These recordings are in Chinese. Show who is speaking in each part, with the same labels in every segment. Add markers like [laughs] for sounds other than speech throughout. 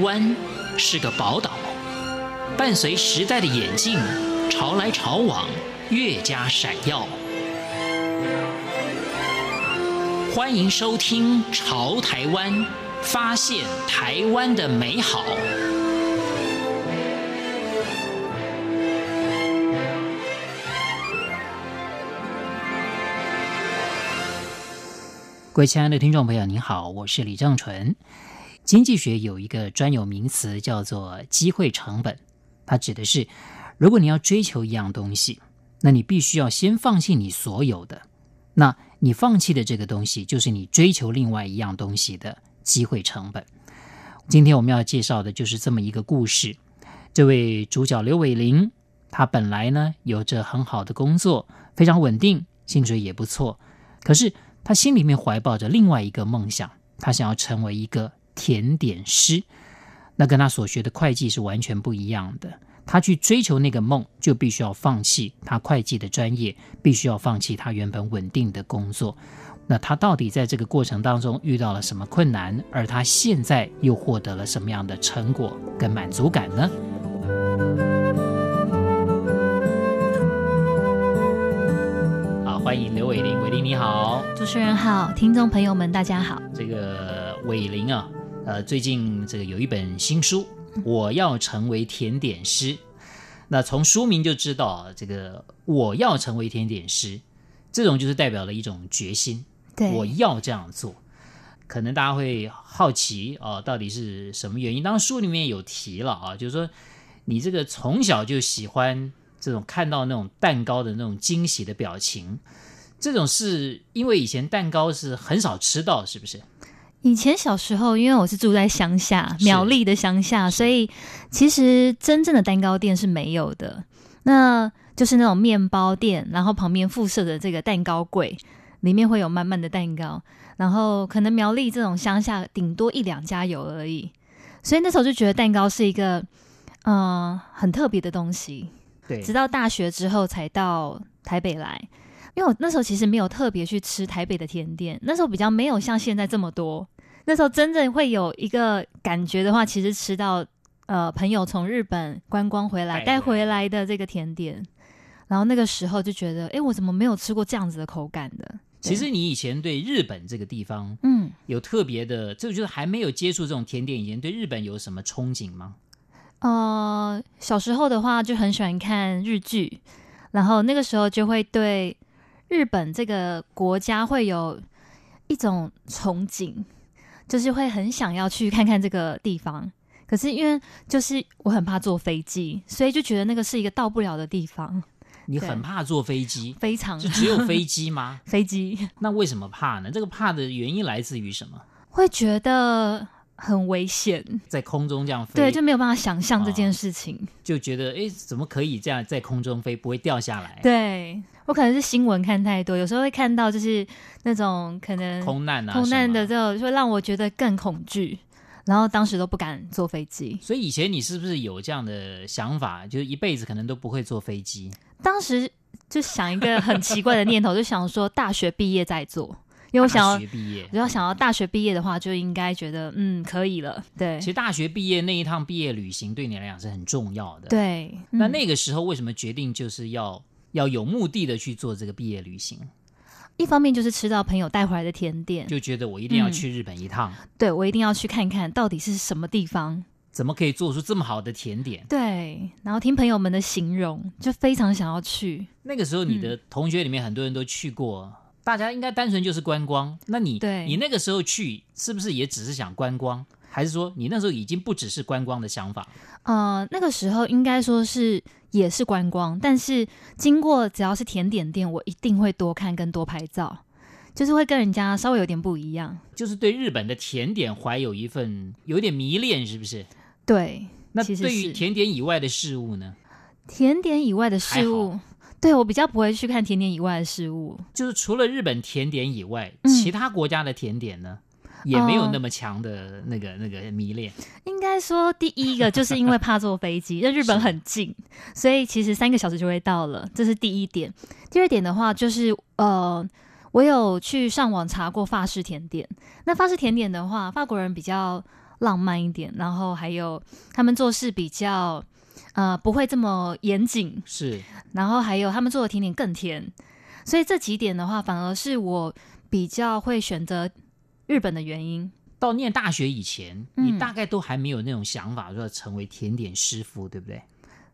Speaker 1: 湾是个宝岛，伴随时代的演进，潮来潮往，越加闪耀。欢迎收听《潮台湾》，发现台湾的美好。各位亲爱的听众朋友，您好，我是李正淳。经济学有一个专有名词叫做机会成本，它指的是，如果你要追求一样东西，那你必须要先放弃你所有的，那你放弃的这个东西就是你追求另外一样东西的机会成本。今天我们要介绍的就是这么一个故事，这位主角刘伟玲，她本来呢有着很好的工作，非常稳定，薪水也不错，可是她心里面怀抱着另外一个梦想，她想要成为一个。甜点师，那跟他所学的会计是完全不一样的。他去追求那个梦，就必须要放弃他会计的专业，必须要放弃他原本稳定的工作。那他到底在这个过程当中遇到了什么困难？而他现在又获得了什么样的成果跟满足感呢？好，欢迎刘伟玲，伟玲你好，
Speaker 2: 主持人好，听众朋友们大家好。
Speaker 1: 这个伟玲啊，呃，最近这个有一本新书，我要成为甜点师。那从书名就知道啊，这个我要成为甜点师，这种就是代表了一种决心，
Speaker 2: 对，
Speaker 1: 我要这样做。可能大家会好奇哦、到底是什么原因？当然书里面有提了啊，就是说你这个从小就喜欢这种看到那种蛋糕的那种惊喜的表情，这种是因为以前蛋糕是很少吃到，是不是？
Speaker 2: 以前小时候，因为我是住在乡下，
Speaker 1: 是
Speaker 2: 苗栗的乡下，所以其实真正的蛋糕店是没有的。那就是那种面包店，然后旁边附设的这个蛋糕柜，里面会有满满的蛋糕。然后可能苗栗这种乡下，顶多一两家有而已。所以那时候就觉得蛋糕是一个，嗯、很特别的东西。
Speaker 1: 对，
Speaker 2: 直到大学之后才到台北来，因为我那时候其实没有特别去吃台北的甜点，那时候比较没有像现在这么多。那时候真正会有一个感觉的话，其实吃到呃朋友从日本观光回来
Speaker 1: 带回来
Speaker 2: 带回来的这个甜点，然后那个时候就觉得，诶，我怎么没有吃过这样子的口感的？
Speaker 1: 其实你以前对日本这个地方
Speaker 2: 嗯，
Speaker 1: 有特别的，这就是还没有接触这种甜点以前，对日本有什么憧憬吗？
Speaker 2: 呃，小时候的话就很喜欢看日剧，然后那个时候就会对日本这个国家会有一种憧憬，就是会很想要去看看这个地方。可是因为就是我很怕坐飞机，所以就觉得那个是一个到不了的地方，
Speaker 1: 你
Speaker 2: 对
Speaker 1: 很怕坐飞
Speaker 2: [laughs]
Speaker 1: 机，
Speaker 2: 非常？
Speaker 1: 就只有飞机吗 [laughs]
Speaker 2: 飞机
Speaker 1: 那为什么怕呢？这个怕的原因来自于什么？
Speaker 2: 会觉得很危险，
Speaker 1: 在空中这样飞，哦
Speaker 2: 对，就没有办法想象这件事情。
Speaker 1: 就觉得哎，怎么可以这样在空中飞，不会掉下来？，
Speaker 2: 对我可能是新闻看太多，有时候会看到就是那种可能
Speaker 1: 空难啊，
Speaker 2: 空难的
Speaker 1: 什么。
Speaker 2: 这种，就会让我觉得更恐惧，然后当时都不敢坐飞机。
Speaker 1: 所以以前你是不是有这样的想法，就是一辈子可能都不会坐飞机？
Speaker 2: 当时就想一个很奇怪的念头，就想说大学毕业再做，因为我想
Speaker 1: 大
Speaker 2: 要
Speaker 1: 学，毕业
Speaker 2: 我，要想要大学毕业的话，就应该觉得嗯可以了，对
Speaker 1: 其实大学毕业那一趟毕业旅行对你来讲是很重要的。
Speaker 2: 对。
Speaker 1: 那
Speaker 2: 嗯
Speaker 1: 那个时候为什么决定就是要要有目的的去做这个毕业旅行？
Speaker 2: 一方面就是吃到朋友带回来的甜点，
Speaker 1: 就觉得我一定要
Speaker 2: 嗯
Speaker 1: 去日本一趟，
Speaker 2: 对我一定要去看看到底是什么地方，
Speaker 1: 怎么可以做出这么好的甜点？
Speaker 2: 对，然后听朋友们的形容，就非常想要去，
Speaker 1: 那个时候你
Speaker 2: 嗯
Speaker 1: 的同学里面很多人都去过，大家应该单纯就是观光。那你
Speaker 2: 对
Speaker 1: 你那个时候去是不是也只是想观光？还是说你那时候已经不只是观光的想法？
Speaker 2: 呃，那个时候应该说是也是观光，但是经过只要是甜点店，我一定会多看跟多拍照，就是会跟人家稍微有点不一样。
Speaker 1: 就是对日本的甜点怀有一份有点迷恋，是不是？
Speaker 2: 对，
Speaker 1: 那
Speaker 2: 其实
Speaker 1: 对于
Speaker 2: 是
Speaker 1: 甜点以外的事物呢？
Speaker 2: 甜点以外的
Speaker 1: 还
Speaker 2: 事
Speaker 1: 好
Speaker 2: 物，对我比较不会去看甜点以外的事物。
Speaker 1: 就是除了日本甜点以外，
Speaker 2: 嗯
Speaker 1: 其他国家的甜点呢，也没有
Speaker 2: 哦
Speaker 1: 那么强的那个那个迷恋。
Speaker 2: 应该说第一个就是因为怕坐飞机，因为日本
Speaker 1: 是
Speaker 2: 很近，所以其实三个小时就会到了，这是第一点。第二点的话就是呃。我有去上网查过法式甜点，那法式甜点的话，法国人比较浪漫一点，然后还有他们做事比较呃不会这么严谨，
Speaker 1: 是
Speaker 2: 然后还有他们做的甜点更甜，所以这几点的话，反而是我比较会选择日本的原因。
Speaker 1: 到念大学以前，
Speaker 2: 嗯
Speaker 1: 你大概都还没有那种想法，说成为甜点师傅，对不对？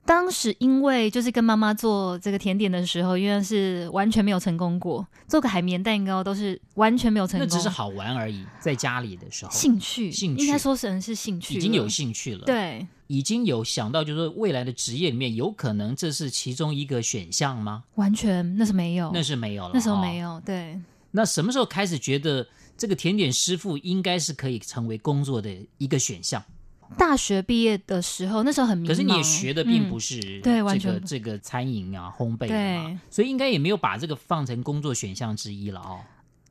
Speaker 2: 当时因为就是跟妈妈做这个甜点的时候，因为是完全没有成功过，做个海绵蛋糕都是完全没有成
Speaker 1: 那
Speaker 2: 功，
Speaker 1: 只是好玩而已，在家里的时候，
Speaker 2: 兴趣，
Speaker 1: 兴趣
Speaker 2: 应该说成是兴趣了，
Speaker 1: 已经有兴趣了，，
Speaker 2: 对，
Speaker 1: 已经有想到，就是说未来的职业里面有可能这是其中一个选项吗？
Speaker 2: 完全那是没有，
Speaker 1: 那是啊没有了，
Speaker 2: 哦那时候没
Speaker 1: 有。
Speaker 2: 有，对，
Speaker 1: 那什么时候开始觉得这个甜点师傅应该是可以成为工作的一个选项？
Speaker 2: 大学毕业的时候，那时候很迷茫，
Speaker 1: 可是你也学的并不
Speaker 2: 嗯、
Speaker 1: 是、这个
Speaker 2: 对完全不
Speaker 1: 这个餐饮啊、烘焙啊嘛，所以应该也没有把这个放成工作选项之一了哦。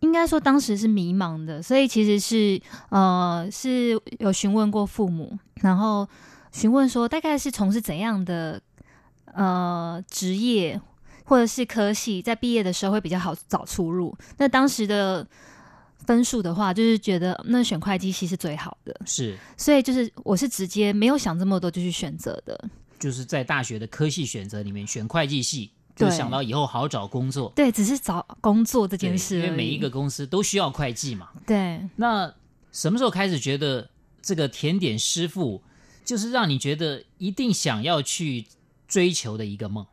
Speaker 2: 应该说当时是迷茫的，所以其实是呃是有询问过父母，然后询问说大概是从事怎样的呃职业或者是科系，在毕业的时候会比较好找出路。那当时的分数的话，就是觉得那选会计系是最好的，
Speaker 1: 是，
Speaker 2: 所以就是我是直接没有想这么多就去选择的。
Speaker 1: 就是在大学的科系选择里面选会计系，就
Speaker 2: 对
Speaker 1: 想到以后好找工作。
Speaker 2: 对，只是找工作这
Speaker 1: 对
Speaker 2: 件事而
Speaker 1: 因
Speaker 2: 已，
Speaker 1: 为每一个公司都需要会计嘛。
Speaker 2: 对
Speaker 1: 那什么时候开始觉得这个甜点师傅就是让你觉得一定想要去追求的一个梦？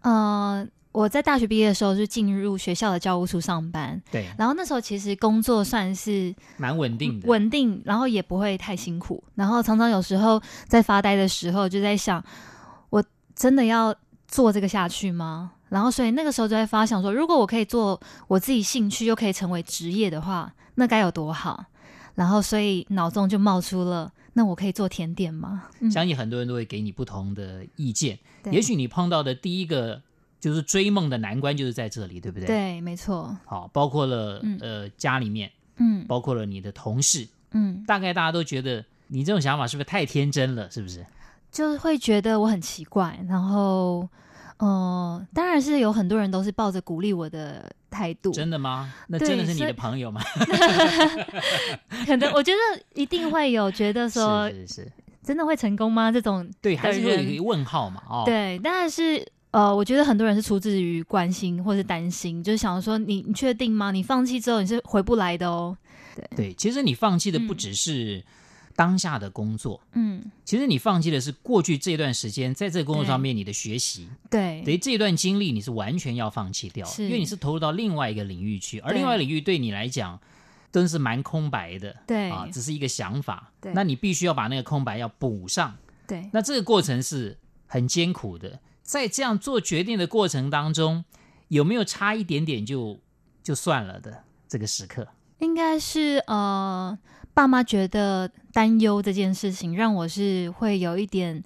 Speaker 2: 呃，我在大学毕业的时候是进入学校的教务处上班，
Speaker 1: 对，
Speaker 2: 然后那时候其实工作算是
Speaker 1: 蛮稳定的。
Speaker 2: 嗯稳定，然后也不会太辛苦，然后常常有时候在发呆的时候就在想，我真的要做这个下去吗？然后所以那个时候就在发想说，如果我可以做我自己兴趣又可以成为职业的话，那该有多好。然后所以脑中就冒出了，那我可以做甜点吗？嗯
Speaker 1: 相信很多人都会给你不同的意见。
Speaker 2: 对
Speaker 1: 也许你碰到的第一个就是追梦的难关就是在这里，对不对？。
Speaker 2: 对，没错，
Speaker 1: 好，包括了、
Speaker 2: 嗯
Speaker 1: 呃家里面，
Speaker 2: 嗯
Speaker 1: 包括了你的同事，
Speaker 2: 嗯，
Speaker 1: 大概大家都觉得你这种想法是不是太天真了？是不是？
Speaker 2: 就会觉得我很奇怪，然后，呃，当然是有很多人都是抱着鼓励我的态度，
Speaker 1: 真的吗？那
Speaker 2: 对
Speaker 1: 真的是你
Speaker 2: 所以
Speaker 1: 的朋友吗？
Speaker 2: 可能我觉得一定会有觉得说
Speaker 1: 是是是，
Speaker 2: 真的会成功吗？这种
Speaker 1: 对，还是会有
Speaker 2: 人
Speaker 1: 一个问号嘛？哦，，
Speaker 2: 对，但是呃，我觉得很多人是出自于关心或是担心，就是想说你你确定吗？你放弃之后你是回不来的哦。
Speaker 1: 对，其实你放弃的不
Speaker 2: 嗯
Speaker 1: 只是当下的工作，
Speaker 2: 嗯，
Speaker 1: 其实你放弃的是过去这段时间在这个工作
Speaker 2: 对
Speaker 1: 上面你的学习，
Speaker 2: 对，
Speaker 1: 等于这段经历你是完全要放弃掉的，
Speaker 2: 是
Speaker 1: 因为你是投入到另外一个领域去，而
Speaker 2: 对
Speaker 1: 另外一个领域对你来讲真是蛮空白的。
Speaker 2: 对
Speaker 1: 啊，只是一个想法，
Speaker 2: 对
Speaker 1: 那你必须要把那个空白要补上，
Speaker 2: 对，
Speaker 1: 那这个过程是很艰苦的，在这样做决定的过程当中，有没有差一点点就就算了的这个时刻？
Speaker 2: 应该是呃，爸妈觉得担忧这件事情，让我是会有一点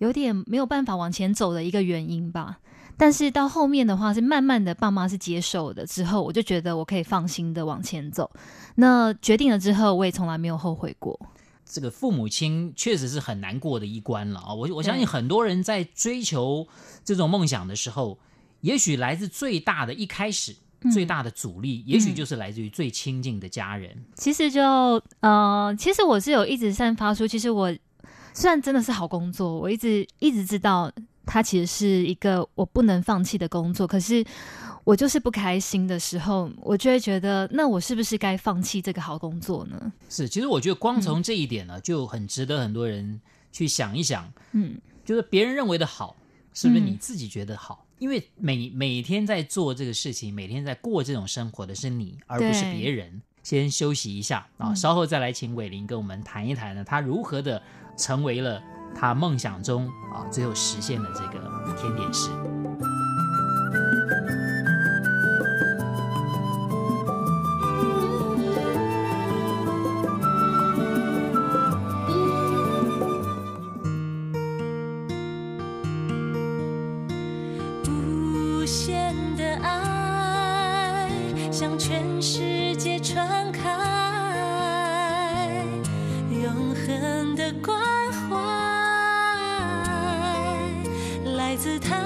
Speaker 2: 有点没有办法往前走的一个原因吧。但是到后面的话，是慢慢的，爸妈是接受的之后，我就觉得我可以放心的往前走。那决定了之后，我也从来没有后悔过。
Speaker 1: 这个父母亲确实是很难过的一关了啊！我我
Speaker 2: 对
Speaker 1: 相信很多人在追求这种梦想的时候，也许来自最大的一开始
Speaker 2: 嗯
Speaker 1: 最大的阻力，也许就是来自于最亲近的家人。
Speaker 2: 其实就呃，其实我是有一直散发出，其实我虽然真的是好工作，我一直一直知道它其实是一个我不能放弃的工作，可是我就是不开心的时候，我就会觉得，那我是不是该放弃这个好工作呢？
Speaker 1: 是，其实我觉得光
Speaker 2: 嗯
Speaker 1: 从这一点呢、就很值得很多人去想一想，
Speaker 2: 嗯，
Speaker 1: 就是别人认为的好，是不是
Speaker 2: 嗯
Speaker 1: 你自己觉得好？因为每每天在做这个事情，每天在过这种生活的是你，而不是
Speaker 2: 对
Speaker 1: 别人。先休息一下啊，
Speaker 2: 嗯
Speaker 1: 稍后再来请伟林跟我们谈一谈呢，他如何的成为了他梦想中啊最后实现的这个甜点师。
Speaker 3: 无限的爱向全世界传开，永恒的关怀来自台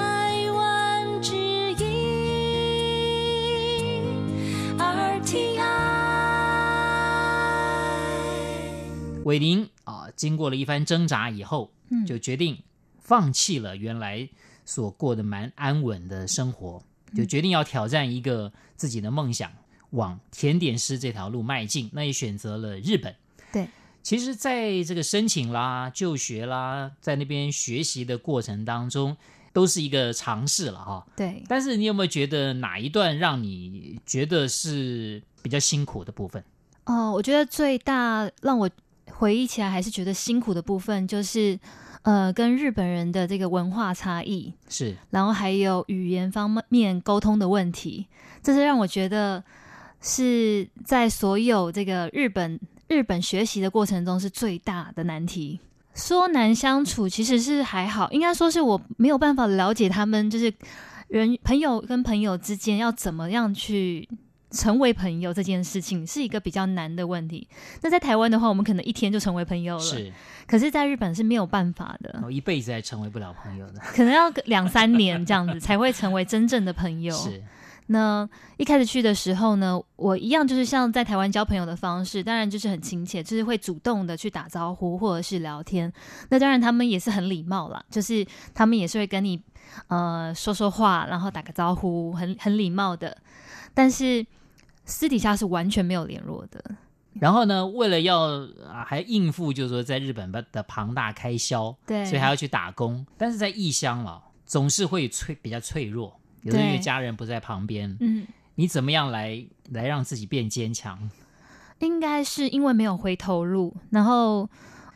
Speaker 1: 伟林啊，经过了一番挣扎以后，
Speaker 2: 嗯
Speaker 1: 就决定放弃了原来所过的蛮安稳的生活，
Speaker 2: 嗯
Speaker 1: 就决定要挑战一个自己的梦想，往甜点师这条路迈进。那也选择了日本。
Speaker 2: 对，
Speaker 1: 其实在这个申请啦、就学啦，在那边学习的过程当中，都是一个尝试了哈、
Speaker 2: 对，
Speaker 1: 但是你有没有觉得哪一段让你觉得是比较辛苦的部分？
Speaker 2: 哦，我觉得最大让我回忆起来还是觉得辛苦的部分，就是呃，跟日本人的这个文化差异，
Speaker 1: 是
Speaker 2: 然后还有语言方面沟通的问题，这是让我觉得是在所有这个日本日本学习的过程中是最大的难题。说难相处其实是还好，应该说是我没有办法了解他们，就是人朋友跟朋友之间要怎么样去成为朋友这件事情，是一个比较难的问题。那在台湾的话，我们可能一天就成为朋友了，嗯
Speaker 1: 是，哦
Speaker 2: 可是在日本是没有办法的。
Speaker 1: 我一辈子还成为不了朋友的。
Speaker 2: 可能要个两三年这样子才会成为真正的朋友。
Speaker 1: 是
Speaker 2: 那一开始去的时候呢，我一样就是像在台湾交朋友的方式，当然就是很亲切，就是会主动的去打招呼或者是聊天。那当然他们也是很礼貌啦，就是他们也是会跟你呃说说话，然后打个招呼，很很礼貌的。但是私底下是完全没有联络的。
Speaker 1: 然后呢，为了要、啊、还应付，就是说在日本吧的庞大开销，
Speaker 2: 对，
Speaker 1: 所以还要去打工。但是在异乡了，总是会脆比较脆弱，有时候因为
Speaker 2: 对
Speaker 1: 家人不在旁边，
Speaker 2: 嗯，
Speaker 1: 你怎么样来来让自己变坚
Speaker 2: [laughs]
Speaker 1: 强？
Speaker 2: 应该是因为没有回头路，然后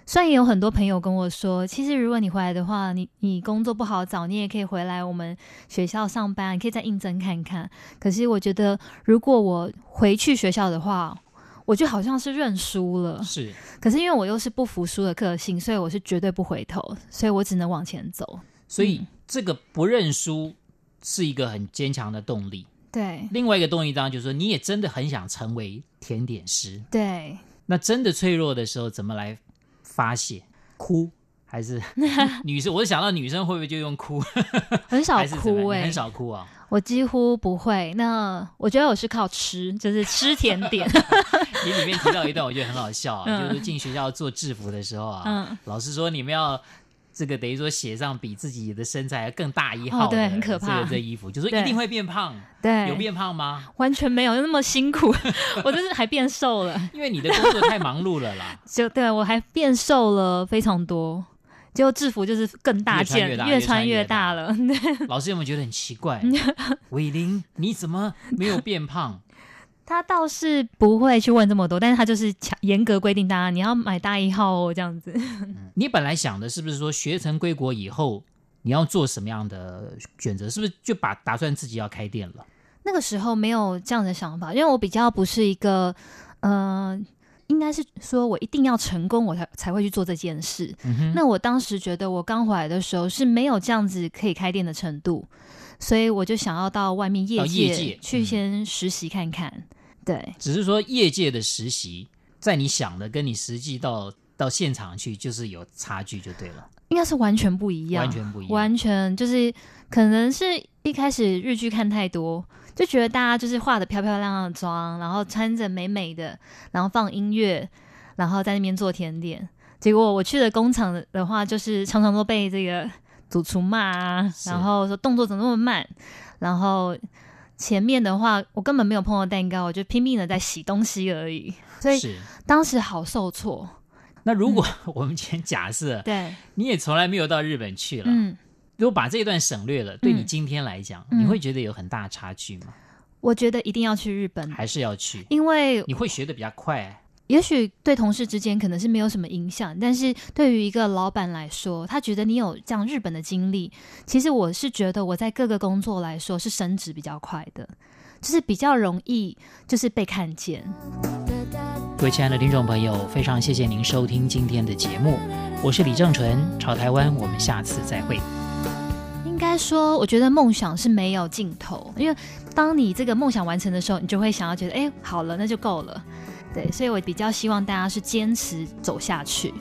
Speaker 2: 虽然也有很多朋友跟我说，其实如果你回来的话，你你工作不好找，你也可以回来我们学校上班，你可以再应征看看。可是我觉得，如果我回去学校的话，我就好像是认输了。
Speaker 1: 是，
Speaker 2: 可是因为我又是不服输的个性，所以我是绝对不回头，所以我只能往前走。
Speaker 1: 所
Speaker 2: 嗯
Speaker 1: 以这个不认输是一个很坚强的动力。
Speaker 2: 对
Speaker 1: 另外一个动力当然就是说，你也真的很想成为甜点师，
Speaker 2: 对，
Speaker 1: 那真的脆弱的时候怎么来发泄？哭还是 [laughs] 女生？我想到女生会不会就用哭？
Speaker 2: 很少
Speaker 1: 还是怎么样？
Speaker 2: 哭哎、
Speaker 1: 你很少哭啊、
Speaker 2: 我几乎不会。那我觉得我是靠吃，就是吃甜
Speaker 1: [laughs]
Speaker 2: 点。
Speaker 1: 你里面提到一段，我觉得很好笑啊，
Speaker 2: [laughs] 嗯
Speaker 1: 就是进学校做制服的时候啊，
Speaker 2: 嗯
Speaker 1: 老师说你们要。这个等于说写上比自己的身材更大一号的、
Speaker 2: 哦对很可怕
Speaker 1: 这个这衣服就说
Speaker 2: 对
Speaker 1: 一定会变胖，[laughs]
Speaker 2: 对，
Speaker 1: 有变胖吗？
Speaker 2: 完全没有那么辛苦， [laughs] 我就是还变
Speaker 1: [laughs]
Speaker 2: 瘦了，，
Speaker 1: 因为你的工作太忙碌了啦
Speaker 2: [laughs] 就对我还变瘦了非常多。结果制服就是更大件，
Speaker 1: 越穿越大
Speaker 2: 越穿越大了。对
Speaker 1: 老师有没有觉得很奇怪？伟林，你怎么没有变胖？
Speaker 2: [laughs] 他倒是不会去问这么多，但是他就是强严格规定大家你要买大一号哦，这样子。
Speaker 1: 你本来想的是不是说学成归国以后你要做什么样的选择？是不是就把打算自己要开店了？
Speaker 2: 那个时候没有这样的想法，因为我比较不是一个，呃，应该是说我一定要成功，我才才会去做这件事。
Speaker 1: 嗯哼，
Speaker 2: 那我当时觉得我刚回来的时候是没有这样子可以开店的程度，所以我就想要到外面业
Speaker 1: 到业界嗯
Speaker 2: 去先实习看看。对
Speaker 1: 只是说业界的实习，在你想的跟你实际到到现场去，就是有差距就对了，
Speaker 2: 应该是完全不一样，
Speaker 1: 完全不一样。
Speaker 2: 完全就是可能是一开始日剧看太多，就觉得大家就是化的漂漂亮亮的妆，然后穿着美美的，然后放音乐，然后在那边做甜点。结果我去了工厂的话，就是常常都被这个主厨骂啊，
Speaker 1: 是
Speaker 2: 然后说动作怎么那么慢，然后前面的话我根本没有碰到蛋糕，我就拼命的在洗东西而已，所以嗯
Speaker 1: 是。
Speaker 2: 当时好受挫。
Speaker 1: 那如果 [laughs] 我们今天假设
Speaker 2: 对，
Speaker 1: 你也从来没有到日本去了，
Speaker 2: 嗯，
Speaker 1: 如果把这一段省略了，对你
Speaker 2: 嗯
Speaker 1: 今天来讲，
Speaker 2: 嗯
Speaker 1: 你会觉得有很大差距吗？
Speaker 2: 我觉得一定要去日本，
Speaker 1: 还是要去？
Speaker 2: 因为
Speaker 1: 你会学的比较快，
Speaker 2: 也许对同事之间可能是没有什么影响，但是对于一个老板来说，他觉得你有这样日本的经历，其实我是觉得我在各个工作来说是升职比较快的，就是比较容易就是被看见。
Speaker 1: 各位亲爱的听众朋友，非常谢谢您收听今天的节目，我是李正淳，朝台湾，我们下次再会。
Speaker 2: 应该说，我觉得梦想是没有尽头，因为当你这个梦想完成的时候，你就会想要觉得，哎、好了，那就够了。对，所以我比较希望大家是坚持走下去。